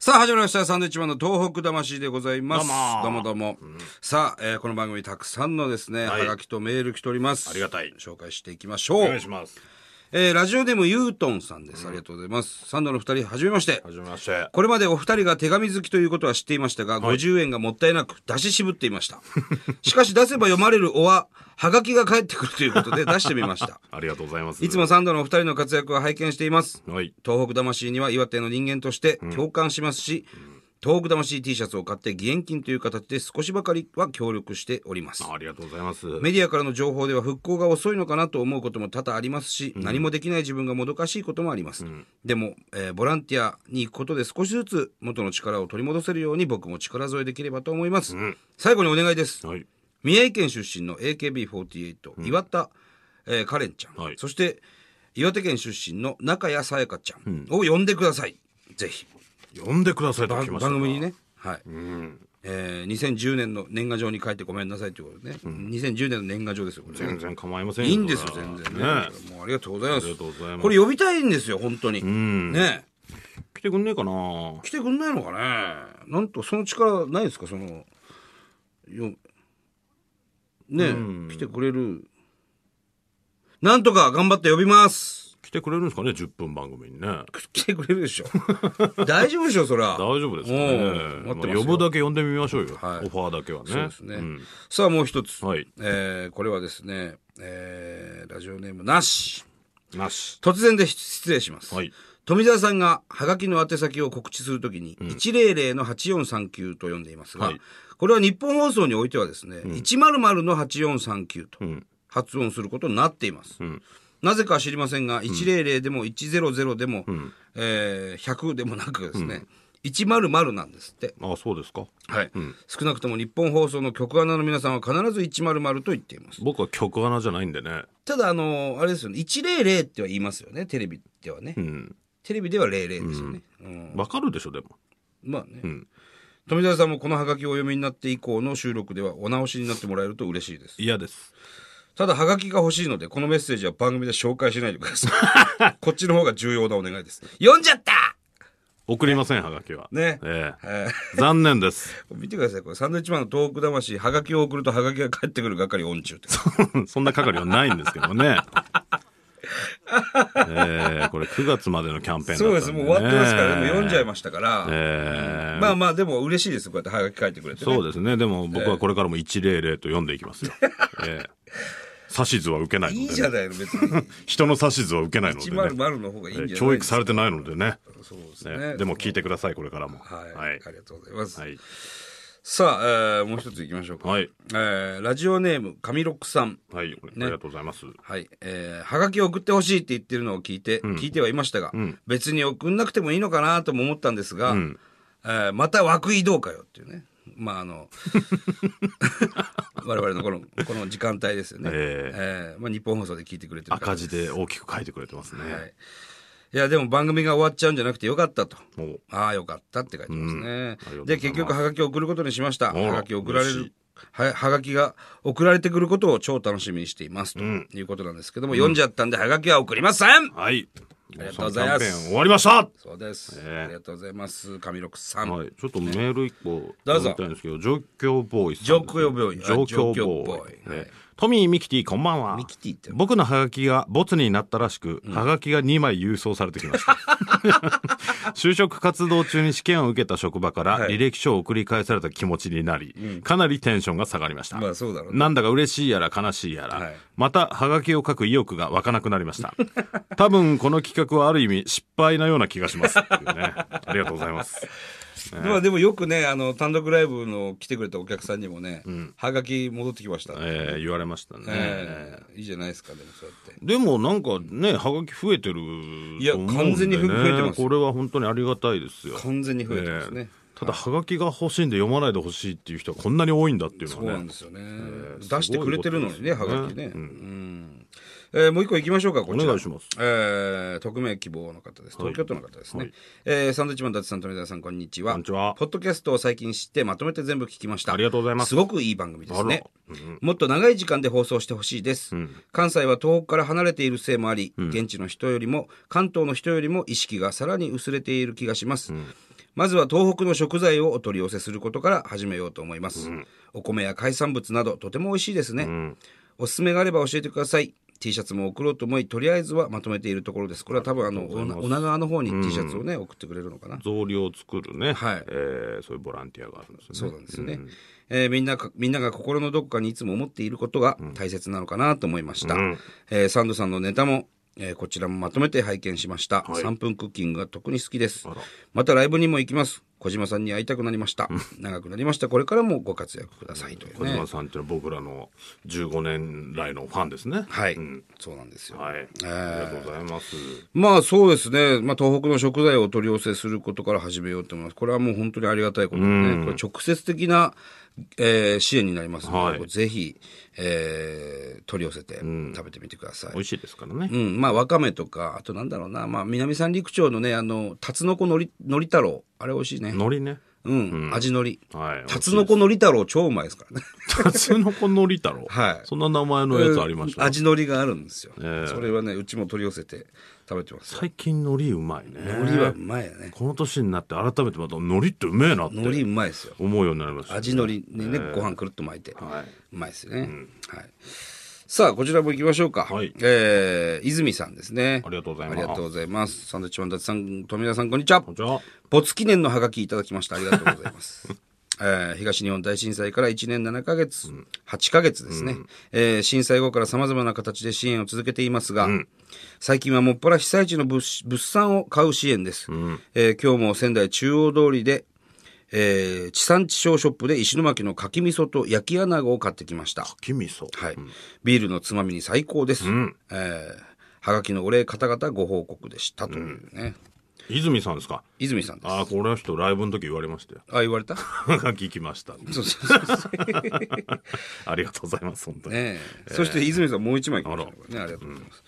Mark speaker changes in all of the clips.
Speaker 1: さあ始まりましたサンドウィッチマンの東北魂でございます
Speaker 2: どうも
Speaker 1: どうもどうもさあ、えーこの番組たくさんのですね、
Speaker 2: は
Speaker 1: はいがきとメール来ております
Speaker 2: ありがたい
Speaker 1: 紹介していきましょ
Speaker 2: お
Speaker 1: う
Speaker 2: 願いします。
Speaker 1: えーラジオネームユートンさんです、ありがとうございますサンドの二人はじめまして
Speaker 2: はじめまして。
Speaker 1: これまでお二人が手紙好きということは知っていましたが、50円がもったいなく出し渋っていました。 しかし出せば読まれるおは、はがきが返ってくるということで出してみま した。
Speaker 2: ありがとうございます。
Speaker 1: いつもサンドのお二人の活躍は拝見しています。
Speaker 2: はい。
Speaker 1: 東北魂には岩手の人間として共感しますし、東北魂 T シャツを買って義援金という形で少しばかりは協力しております。
Speaker 2: ありがとうございます。
Speaker 1: メディアからの情報では復興が遅いのかなと思うことも多々ありますし、何もできない自分がもどかしいこともあります、でも、えーボランティアに行くことで少しずつ元の力を取り戻せるように僕も力添えできればと思います、最後にお願いです、
Speaker 2: はい。
Speaker 1: 宮城県出身の AKB48、岩田、えーカレンちゃん、
Speaker 2: はい
Speaker 1: そして岩手県出身の中谷さやかちゃんを呼んでください、ぜひ
Speaker 2: 呼んでくださいと
Speaker 1: 番
Speaker 2: 聞きました。
Speaker 1: 番組に。ね、はいえー2010年の年賀状に書いてごめんなさいということでね、2010年の年賀状ですよこれね
Speaker 2: 全然構いません
Speaker 1: いいんですよ、全然ね。
Speaker 2: ね。
Speaker 1: もうありがとうございます。
Speaker 2: ありがとうございます
Speaker 1: これ呼びたいんですよ、本当に。
Speaker 2: ん
Speaker 1: ねえ
Speaker 2: 来てくんねえかな
Speaker 1: 来てくんないのかねなんと、その力ないですか、その、よねえ来てくれる。なんとか頑張って呼びます。
Speaker 2: 来てくれるんですかね ?10 分番組にね。
Speaker 1: 来てくれるで しょ。大丈夫でしょ、そりゃ。
Speaker 2: 大丈夫ですかね
Speaker 1: うん。待ってます
Speaker 2: まあ
Speaker 1: よ
Speaker 2: 呼ぶだけ呼んでみましょうよ。オフ
Speaker 1: はい
Speaker 2: ァーだけはね。
Speaker 1: そうですね。
Speaker 2: ん
Speaker 1: さあ、もう一つ。
Speaker 2: はい
Speaker 1: えーこれはですね、えーラジオネームなし。
Speaker 2: なし。
Speaker 1: 突然で失礼します。
Speaker 2: はい。
Speaker 1: 富澤さんがハガキの宛先を告知するときに、100の8439と呼んでいますが、
Speaker 2: はい
Speaker 1: これは日本放送においてはですね、100の8439と
Speaker 2: ん
Speaker 1: 発音することになっています。なぜかは知りませんが、100でも100でも、えー100でもなくですね、100なんですって。
Speaker 2: あ、そうですか。
Speaker 1: はい、少なくとも日本放送の局アナの皆さんは必ず100と言っています。
Speaker 2: 僕は曲穴じゃないんでね。
Speaker 1: ただ、あのあれですよね、100っては言いますよね、テレビではね。
Speaker 2: うん。
Speaker 1: テレビでは00ですよね。うん
Speaker 2: わかるでしょ、でも。
Speaker 1: まあね。富澤さんもこのハガキをお読みになって以降の収録ではお直しになってもらえると嬉しいです。
Speaker 2: 嫌です。
Speaker 1: ただハガキが欲しいので、このメッセージは番組で紹介しないでください。 こっちの方が重要なお願いです。読んじゃった
Speaker 2: 送りません、はがきは。
Speaker 1: ね
Speaker 2: ええ。
Speaker 1: え
Speaker 2: 残念です。
Speaker 1: ー見てください。これ、サンドウィッチマンのトーク魂、ハガキを送るとハガキが返ってくる係音中って。
Speaker 2: そんな係はないんですけどね。えー、これ9月までのキャンペーンだ
Speaker 1: そう
Speaker 2: っ
Speaker 1: で
Speaker 2: た
Speaker 1: す。
Speaker 2: ん
Speaker 1: もう終わってますから、もう読んじゃい
Speaker 2: ま
Speaker 1: ましたから。
Speaker 2: えー
Speaker 1: まあまあ、でも嬉しいです。こうやってハガキ書いてくれて、ね。
Speaker 2: そうですね。でも僕はこれからも100と読んでいき ますよ。えー、指図は受けないので、
Speaker 1: い
Speaker 2: ね。
Speaker 1: いじゃないの、 別に。
Speaker 2: 人の指図は受けないので、ね。
Speaker 1: 100の方がいいんじゃない
Speaker 2: えー教育されてないのでね。
Speaker 1: そうです
Speaker 2: え
Speaker 1: ね。
Speaker 2: ーでも聞いてください、これからも。
Speaker 1: はい、
Speaker 2: はい
Speaker 1: あ。りがとうございます。
Speaker 2: はい。
Speaker 1: さあ、えーもう一つ行きましょうか。
Speaker 2: はい
Speaker 1: えーラジオネーム、上六さん。
Speaker 2: はいありがとうございます。
Speaker 1: はい。えー、はがきを送ってほしいって言ってるのを聞いて、聞いてはいましたが、別に送んなくてもいいのかなとも思ったんですが、えーまた枠移動かよっていうね。まあ、あの、 我々のこの、この時間帯ですよね。
Speaker 2: え
Speaker 1: えーまあ、日本放送で聞いてくれてる方
Speaker 2: 赤字で大きく書いてくれてますね。
Speaker 1: はい。いや、でも番組が終わっちゃうんじゃなくてよかったと。
Speaker 2: もう
Speaker 1: ああ、よかったって書いてますね
Speaker 2: ありがとうござい。ます
Speaker 1: で、結局、はがきを送ることにしました。
Speaker 2: ら
Speaker 1: はがきを送られ
Speaker 2: 嬉し
Speaker 1: る。ははがきが送られてくることを超楽しみにしていますということなんですけども、読んじゃったんではがきは送りません
Speaker 2: はい。
Speaker 1: ありがとうございます
Speaker 2: もそのキャンペーン終わりました
Speaker 1: そうです、
Speaker 2: ええ
Speaker 1: ありがとうございます上六さん、
Speaker 2: はい、ちょっとメール一個
Speaker 1: どう
Speaker 2: 読
Speaker 1: ぞ
Speaker 2: みたいんですけど、状況ボーイさんですね。
Speaker 1: 状況ボーイ
Speaker 2: 状況
Speaker 1: 状況
Speaker 2: ボ
Speaker 1: ボ
Speaker 2: ー
Speaker 1: ーイ
Speaker 2: イ。ね
Speaker 1: はい
Speaker 2: トミー・ミキティ、こんばんは。
Speaker 1: ミキティって
Speaker 2: 僕のハガキがボツになったらしく、ハガキが2枚郵送されてき ました。就職活動中に試験を受けた職場から
Speaker 1: はい
Speaker 2: 履歴書を送り返された気持ちになり、かなりテンションが下がりました。
Speaker 1: まあそうだろうね
Speaker 2: なんだか嬉しいやら悲しいやら、
Speaker 1: はい
Speaker 2: またハガキを書く意欲が湧かなくなりま した。多分この企画はある意味失敗なような気がしますっていうね。ありがとうございます。
Speaker 1: まあでもよくねあの単独ライブの来てくれたお客さんにもね、はがき戻ってきました、え
Speaker 2: えー言われましたね、
Speaker 1: えいいじゃないですかでもそうやって
Speaker 2: でもなんかねはがき増えてると思うんで、ね、
Speaker 1: いや完全に増えてます
Speaker 2: これは本当にありがたいですよ
Speaker 1: 完全に増えてますね、
Speaker 2: ええただはがきが欲しいんで読まないでほしいっていう人はこんなに多いんだっていうの
Speaker 1: そうな
Speaker 2: は
Speaker 1: ん
Speaker 2: ね
Speaker 1: ですよね、
Speaker 2: ー
Speaker 1: 出してくれてるのにね
Speaker 2: す
Speaker 1: は
Speaker 2: ごいこ
Speaker 1: が
Speaker 2: とです
Speaker 1: き
Speaker 2: ね
Speaker 1: ね、うんえーもう一個いきましょうかこちら
Speaker 2: お願いします
Speaker 1: えー匿名希望の方です東京都の方ですね、
Speaker 2: はい
Speaker 1: えーサンドウィッチマン伊達さん富澤さんこんにちは
Speaker 2: こんにちは
Speaker 1: ポッドキャストを最近知ってまとめて全部聞きました
Speaker 2: ありがとうございます
Speaker 1: すごくいい番組ですね
Speaker 2: あら
Speaker 1: もっと長い時間で放送してほしいです、関西は東北から離れているせいもあり、現地の人よりも関東の人よりも意識がさらに薄れている気がします、まずは東北の食材をお取り寄せすることから始めようと思います、
Speaker 2: うん
Speaker 1: お米や海産物などとても美味しいですね、
Speaker 2: うん
Speaker 1: おすすめがあれば教えてください T シャツも送ろうと思いとりあえずはまとめているところですこれは多分あの
Speaker 2: ございます
Speaker 1: 女川の方に T シャツをね、送ってくれるのかな
Speaker 2: 増量を作るね、
Speaker 1: はい
Speaker 2: えーそういうボランティアがあるんですよ
Speaker 1: そ
Speaker 2: ね。
Speaker 1: うなんですよね、えーみんなかみんなが心のどこかにいつも思っていることが大切なのかなと思いました、
Speaker 2: うん
Speaker 1: えーサンドさんのネタも、えーこちらもまとめて拝見しました、
Speaker 2: はい
Speaker 1: 3分クッキングが特に好きです
Speaker 2: あら
Speaker 1: またライブにも行きます小島さんに会いたくなりました長くなりましたこれからもご活躍くださいという
Speaker 2: 小
Speaker 1: ね
Speaker 2: 島さんっていうのは僕らの15年来のファンですね。
Speaker 1: はい、
Speaker 2: うん
Speaker 1: そうなんですよ、
Speaker 2: はい、
Speaker 1: え
Speaker 2: ありが
Speaker 1: ー
Speaker 2: とうございます。
Speaker 1: まあそうですね、まあ、東北の食材をお取り寄せすることから始めようと思いますこれはもう本当にありがたいことでねこれ直接的な、えー支援になりますの
Speaker 2: は
Speaker 1: で、
Speaker 2: い
Speaker 1: ぜひ、えー取り寄せて食べてみてください、
Speaker 2: 美味しいですからね。
Speaker 1: うん、まあ、わかめとか、あとなんだろうな、まあ、南三陸町のね、あの、タツノコのり、のり太郎。あれ美味しいね。
Speaker 2: 海苔ね。
Speaker 1: うん、味のり。
Speaker 2: はい。
Speaker 1: タ ツノコのり太郎超うまいですからね。
Speaker 2: タツノコのり太郎。
Speaker 1: はい
Speaker 2: そんな名前のやつありました。
Speaker 1: 味のりがあるんですよ。
Speaker 2: ええ
Speaker 1: それはね、うちも取り寄せて食べてます。
Speaker 2: 最近海苔うまいね。
Speaker 1: のりはうまいよね。
Speaker 2: この年になって改めてまた海苔ってうめえなっ
Speaker 1: のり
Speaker 2: て
Speaker 1: うまいですよ。
Speaker 2: 思うようになりました、
Speaker 1: 味のりにね、ご飯くるっと巻いて。
Speaker 2: は
Speaker 1: うまいですよね。はい。さあ、こちらも行きましょうか。
Speaker 2: はい
Speaker 1: えー、泉さんですね。
Speaker 2: ありがとうござい
Speaker 1: あ
Speaker 2: ます
Speaker 1: りがとうございます。サンドウィッチマン伊達さん、富田さん、こんにちは。
Speaker 2: こんにちは。
Speaker 1: 没記念のハガキいただきました。ありがとうございます。 えー東日本大震災から1年7ヶ月、8ヶ月ですね、えー震災後から様々な形で支援を続けていますが、最近はもっぱら被災地の物資物産を買う支援です、えー今日も仙台中央通りで、えー地産地消ショップで石巻の柿味噌と焼き穴子を買ってきました。
Speaker 2: き味噌。
Speaker 1: はい、ビールのつまみに最高です、えーはがきのお礼方々ご報告でしたというね、
Speaker 2: 泉さんですか。
Speaker 1: 泉さんです
Speaker 2: ああ、この人ライブの時言われましたよ。
Speaker 1: あ言われた
Speaker 2: 聞きました。
Speaker 1: そうそうそうそう。
Speaker 2: ありがとうございます。本当に。
Speaker 1: ねえそして泉さんもう一枚来ましたね
Speaker 2: あ
Speaker 1: ね。ありがとうございます。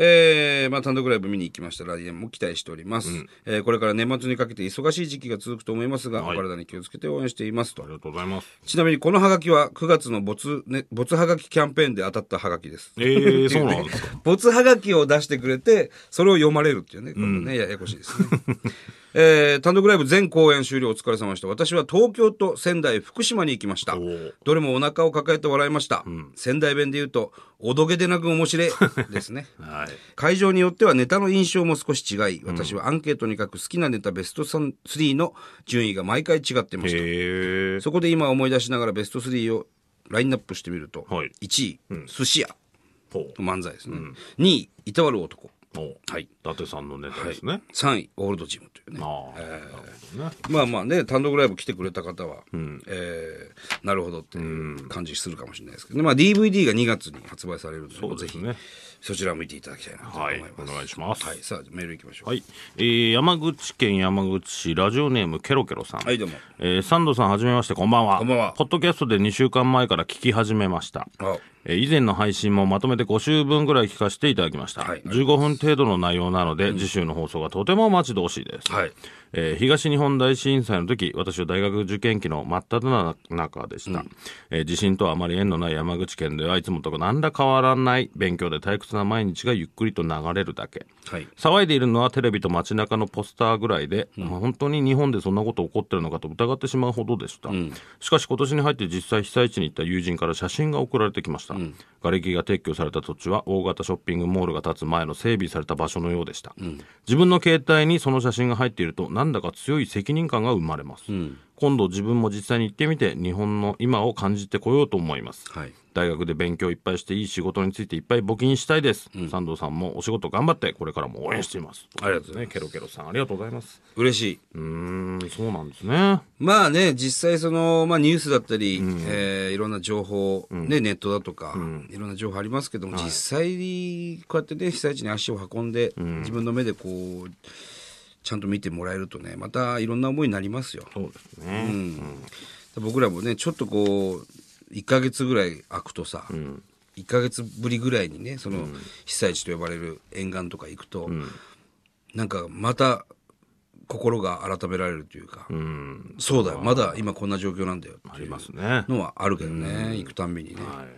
Speaker 1: えーまあ単独ライブ見に行きました来年も期待しております、えーこれから年末にかけて忙しい時期が続くと思いますが、
Speaker 2: はい
Speaker 1: お体に気をつけて応援していますと
Speaker 2: ありがとうございます。
Speaker 1: ちなみにこのハガキは9月の没、ね、没ハガキキャンペーンで当たったハガキです
Speaker 2: え ー、そうなんですか。
Speaker 1: 没ハガキを出してくれて、それを読まれるっていうね、これもね、ややこしいですね。えー単独ライブ全公演終了お疲れ様でした。私は東京と仙台、福島に行きました
Speaker 2: おー。
Speaker 1: どれもお腹を抱えて笑いました。仙台弁で言うと、おどげでなく面 白いですね。
Speaker 2: はい。
Speaker 1: 会場によってはネタの印象も少し違い、私はアンケートに書く好きなネタベスト3の順位が毎回違ってました。
Speaker 2: へえ。
Speaker 1: そこで今思い出しながらベスト3をラインナップしてみると、
Speaker 2: はい
Speaker 1: 1位、寿司屋
Speaker 2: ほう。
Speaker 1: の漫才ですね。2位、いたわる男。
Speaker 2: ほう
Speaker 1: はい。
Speaker 2: 伊達さんのネタですね。
Speaker 1: 3位、オールドジムというね。
Speaker 2: ああ、なるほどね。
Speaker 1: まあまあね、単独ライブ来てくれた方は、えーなるほどっていう感じするかもしれないですけどね、まあ DVD が2月に発売されるので、
Speaker 2: そう
Speaker 1: ぜ
Speaker 2: です
Speaker 1: ひ
Speaker 2: ね。
Speaker 1: そちらを見ていただきたいなと思
Speaker 2: はいい
Speaker 1: ます。。
Speaker 2: お願いします。
Speaker 1: はい、さあ、メールいきましょう。
Speaker 2: はい、えー山口県山口市ラジオネームケロケロさん、
Speaker 1: はいどうも
Speaker 2: えーサンドさんはじめましてこんばんは
Speaker 1: こんばんは
Speaker 2: ポッドキャストで2週間前から聞き始めました
Speaker 1: あ
Speaker 2: えー以前の配信もまとめて5週分ぐらい聞かせていただきました、
Speaker 1: はい
Speaker 2: 15分程度の内容なので、次週の放送がとても待ち遠しいです、
Speaker 1: はい。
Speaker 2: えー東日本大震災の時私は大学受験期の真っ只中でした、えー地震とはあまり縁のない山口県ではいつもと何ら変わらない勉強で退屈な毎日がゆっくりと流れるだけ
Speaker 1: はい。
Speaker 2: 騒いでいるのはテレビと街中のポスターぐらいで、まあ本当に日本でそんなこと起こってるのかと疑ってしまうほどでした、しかし今年に入って実際被災地に行った友人から写真が送られてきました、瓦礫が撤去された土地は大型ショッピングモールが建つ前の整備された場所のようでした、自分の携帯にその写真が入っているとなんだか強い責任感が生まれます、今度自分も実際に行ってみて日本の今を感じてこようと思います、
Speaker 1: はい。
Speaker 2: 大学で勉強いっぱいしていい仕事についていっぱい募金したいです、サンドさんもお仕事頑張ってこれからも応援しています
Speaker 1: ありがとうござい
Speaker 2: ねケロケロさんありがとうございます
Speaker 1: 嬉しい。
Speaker 2: うーんそうなんですね
Speaker 1: まあね、実際その、まあニュースだったり、えーいろんな情報、ね、ネットだとか、いろんな情報ありますけども、実際にこうやってね、被災地に足を運んで、自分の目でこう、ちゃんと見てもらえるとね、またいろんな思いになりますよ。
Speaker 2: そうですね、
Speaker 1: 僕らもね、ちょっとこう、1ヶ月ぐらい空くとさ、1ヶ月ぶりぐらいにね、その、被災地と呼ばれる沿岸とか行くと、なんかまた、心が改められるというか、
Speaker 2: うん、
Speaker 1: そうだよ、まだ今こんな状況なんだよっていう
Speaker 2: ありますね
Speaker 1: のはあるけどね、行くたんびにね。
Speaker 2: はい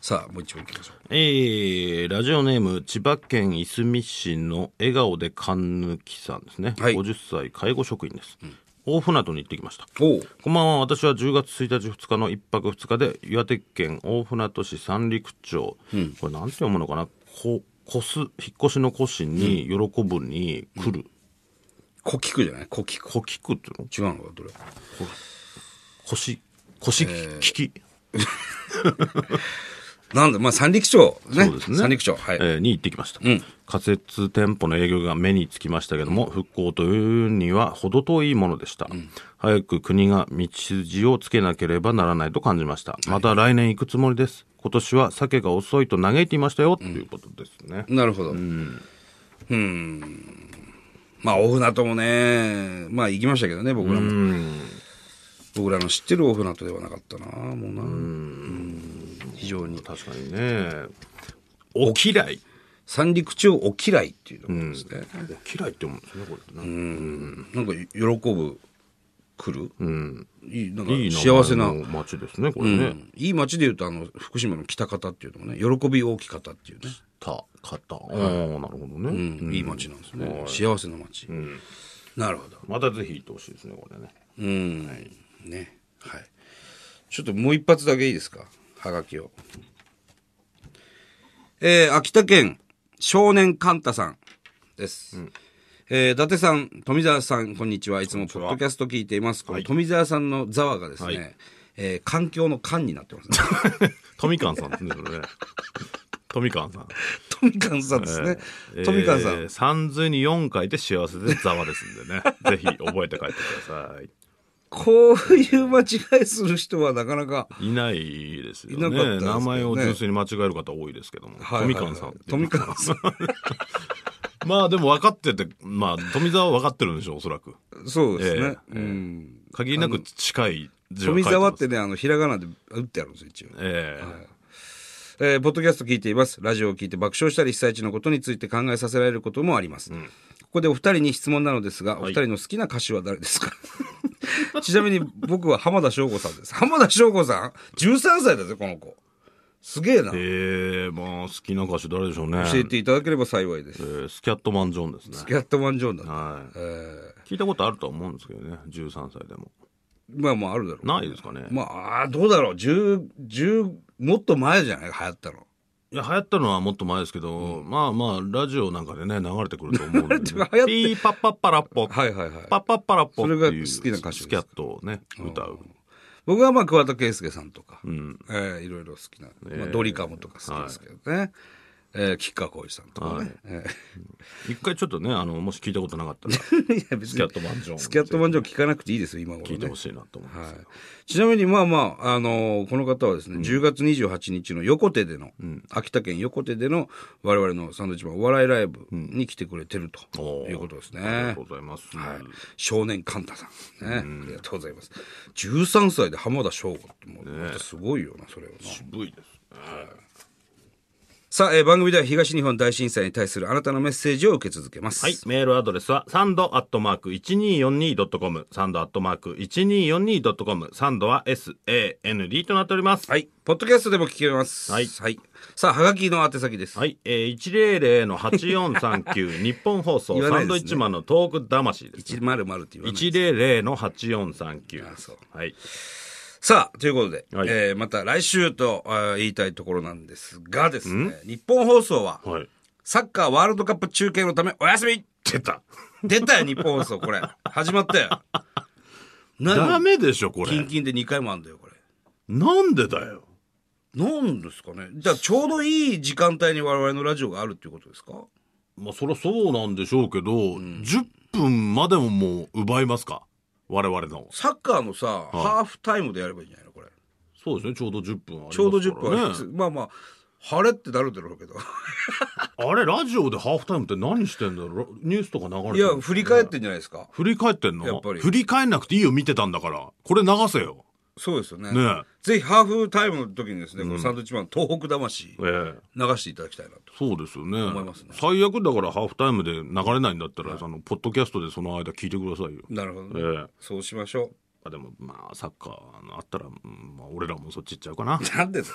Speaker 1: さあ、もう一問いきましょう。
Speaker 2: えー、ラジオネーム、千葉県いすみ市の笑顔でかんぬきさんですね。
Speaker 1: はい
Speaker 2: 50歳、介護職員です。大船渡に行ってきました。
Speaker 1: おう
Speaker 2: こんばんは。私は10月1日、2日の1泊2日で、岩手県大船渡市三陸町、これなんて読むのかな、こ、こす、引っ越しのこしに、喜ぶに来る。
Speaker 1: 小菊じゃない小菊。
Speaker 2: こきくっていうの
Speaker 1: 違うのか、どれ。
Speaker 2: こし、こしきき、
Speaker 1: なんだ、まあ、三陸町、ね。
Speaker 2: そうですね
Speaker 1: 三陸町。はい。
Speaker 2: えーに行ってきました、仮設店舗の営業が目につきましたけども、復興というには程遠いものでした、早く国が道筋をつけなければならないと感じましたまた来年行くつもりです今年は鮭が遅いと嘆いていましたよ、ということですね
Speaker 1: なるほど。うん。まあ、大船渡もね、まあ、行きましたけどね、僕らも。僕らの知ってる大船渡ではなかったな、もうな。うん非常に。
Speaker 2: 確かにねお嫌い
Speaker 1: 三陸町お嫌いっていうところですね。
Speaker 2: お嫌いって思うんですねこれね、
Speaker 1: なんか喜ぶ、来る、いい、なんか
Speaker 2: いい名前
Speaker 1: 幸せな。
Speaker 2: の街ですねこ
Speaker 1: う
Speaker 2: れね、
Speaker 1: んいい街で言うと、あの、福島の北方っていうのもね、喜び大き方っていうね、
Speaker 2: た方ああなるほどね、
Speaker 1: うんいい街なんですね。幸せな街、なるほど。
Speaker 2: またぜひ行ってほしいですねこれね
Speaker 1: うん。ね。はい。ちょっともう一発だけいいですかはがきを。えー、秋田県少年カンタさんです。えー、伊達さん、富澤さん、こんにちは。いつもポッドキャスト聞いています。この富澤さんのざわがですね、
Speaker 2: はい
Speaker 1: えー環境の環になってます ね。
Speaker 2: トミカンさんですね、そ れね。トミカンさん。
Speaker 1: 富ンさんですね。富ンさん。
Speaker 2: えー三髄に4回で幸せでざわですん でね。ぜひ覚えて帰ってください。
Speaker 1: こういう間違いする人はなかなか。
Speaker 2: いないですよ
Speaker 1: いな
Speaker 2: ね。
Speaker 1: かったですけどね
Speaker 2: 名前を純粋に間違える方多いですけども。
Speaker 1: はい
Speaker 2: トミカンさんっていう。
Speaker 1: 富ンさん。
Speaker 2: まあでも分かってて、まあ富澤は分かってるんでしょう、おそらく。
Speaker 1: そうですね。
Speaker 2: え
Speaker 1: う
Speaker 2: え
Speaker 1: ん。
Speaker 2: 限りなく近い字は書
Speaker 1: 富
Speaker 2: いてます
Speaker 1: 澤ってね、あの、ひらがなで打ってあるんですよ、一応。
Speaker 2: ええ
Speaker 1: えーポッドキャスト聞いています。ラジオを聞いて爆笑したり被災地のことについて考えさせられることもあります。ここでお二人に質問なのですが、お二人の好きな歌手は誰ですか、 ちなみに僕は浜田省吾さんです。浜田省吾さん ?13 歳だぜ、この子。すげえな。教
Speaker 2: ええまあ好きな歌手誰でしょうね。
Speaker 1: えていただければ幸いです。
Speaker 2: えースキャットマン・ジョーンですね。
Speaker 1: やっとワンジョンだ。
Speaker 2: はい。
Speaker 1: えー
Speaker 2: 聞いたことあるとは思うんですけどね、13歳でも。
Speaker 1: まあまああるだろう。
Speaker 2: ないですかね。
Speaker 1: まああー、どうだろう。10、10、もっと前じゃない流行ったの。
Speaker 2: いや、流行ったのはもっと前ですけど、まあまあ、ラジオなんかでね、流れてくると思うんで、
Speaker 1: 流れ
Speaker 2: ね。
Speaker 1: て流行って
Speaker 2: ピーパッパッパラッポ。
Speaker 1: はいはいはい。
Speaker 2: パッパッパラッポっていう。
Speaker 1: それが好きな歌手です
Speaker 2: スキャットをね、歌う。
Speaker 1: 僕はまあ桑田佳祐さんとか、
Speaker 2: ん
Speaker 1: えーいろいろ好きな、まあ、ドリカムとか好きですけどね、えー吉川晃司さんとかね、
Speaker 2: はい
Speaker 1: え
Speaker 2: 一回ちょっとね、あの、もし聞いたことな かったら、ス
Speaker 1: ー いや別
Speaker 2: キャ
Speaker 1: に
Speaker 2: ットマンジョン。
Speaker 1: スキャットマンジョン聞かなくていいですよ今頃
Speaker 2: 聞いて
Speaker 1: ね
Speaker 2: ほしいなと思います。
Speaker 1: ちなみにまあまあ、あのーこの方はですね、10月28日の横手での、秋田県横手での我々のサンドウィッチマンお笑いライブに来てくれてると
Speaker 2: おー
Speaker 1: いうことですね、
Speaker 2: ありがとうございます。
Speaker 1: はい、少年カンタさん、ねありがとうございます13歳で浜田省吾ってもうまたすごいよなそれはな
Speaker 2: 渋いです。
Speaker 1: さあ、えー番組では東日本大震災に対するあなたのメッセージを受け続けます。
Speaker 2: はい。メールアドレスは、サンドアットマーク 1242.com、サンドアットマーク 1242.com、サンドは SAND となっております。
Speaker 1: はい。ポッドキャストでも聞けます。
Speaker 2: はい
Speaker 1: さあ、はがきの宛先です。
Speaker 2: はい、えー、100の8439 日本放送、
Speaker 1: 言わないですね
Speaker 2: サンドイッチマンのトーク魂です、ね。
Speaker 1: 100って言わない。
Speaker 2: 100の8439
Speaker 1: あそう
Speaker 2: はい。
Speaker 1: さあ、ということで、
Speaker 2: はい
Speaker 1: えーまた来週とあー言いたいところなんですがですね、日本放送は、
Speaker 2: はい。
Speaker 1: サッカーワールドカップ中継のためお休み
Speaker 2: 出た。
Speaker 1: 出たよ、日本放送、これ。始まった よ。
Speaker 2: ダ
Speaker 1: な、
Speaker 2: メでしょ、こ
Speaker 1: キン
Speaker 2: れ。
Speaker 1: キンで2回もあんだよ、これ。
Speaker 2: なんでだよ。
Speaker 1: なんですかね。じゃあ、ちょうどいい時間帯に我々のラジオがあるっていうことですか
Speaker 2: まあ、そりゃそうなんでしょうけど、10分までももう奪いますか。我々の。
Speaker 1: サッカーのさ、ハーフタイムでやればいいんじゃないのこれ。
Speaker 2: そうですね、ちょうど10分ありますから、ね。
Speaker 1: ちょうど10分は、まあまあ、晴れってなるだろうけど。
Speaker 2: あれ、ラジオでハーフタイムって何してんだろうニュースとか流れてる
Speaker 1: いや、振り返ってんじゃないですか。
Speaker 2: 振り返ってんの
Speaker 1: やっぱり
Speaker 2: 振り返んなくていいよ、見てたんだから。これ流せよ。
Speaker 1: そうですよね。
Speaker 2: ね
Speaker 1: ぜひ、ハーフタイムの時にですね、このサンドウィッチマン、東北魂
Speaker 2: え、え。
Speaker 1: 流していただきたいなと。
Speaker 2: そうですよね。
Speaker 1: いますね
Speaker 2: 最悪だからハーフタイムで流れないんだったら、あのポッドキャストでその間聞いてくださいよ。
Speaker 1: なるほどね。
Speaker 2: ええ
Speaker 1: そうしましょ
Speaker 2: あでもまあサッカーあったら、うんまあ、俺らもそっち行っちゃうかな。
Speaker 1: なんです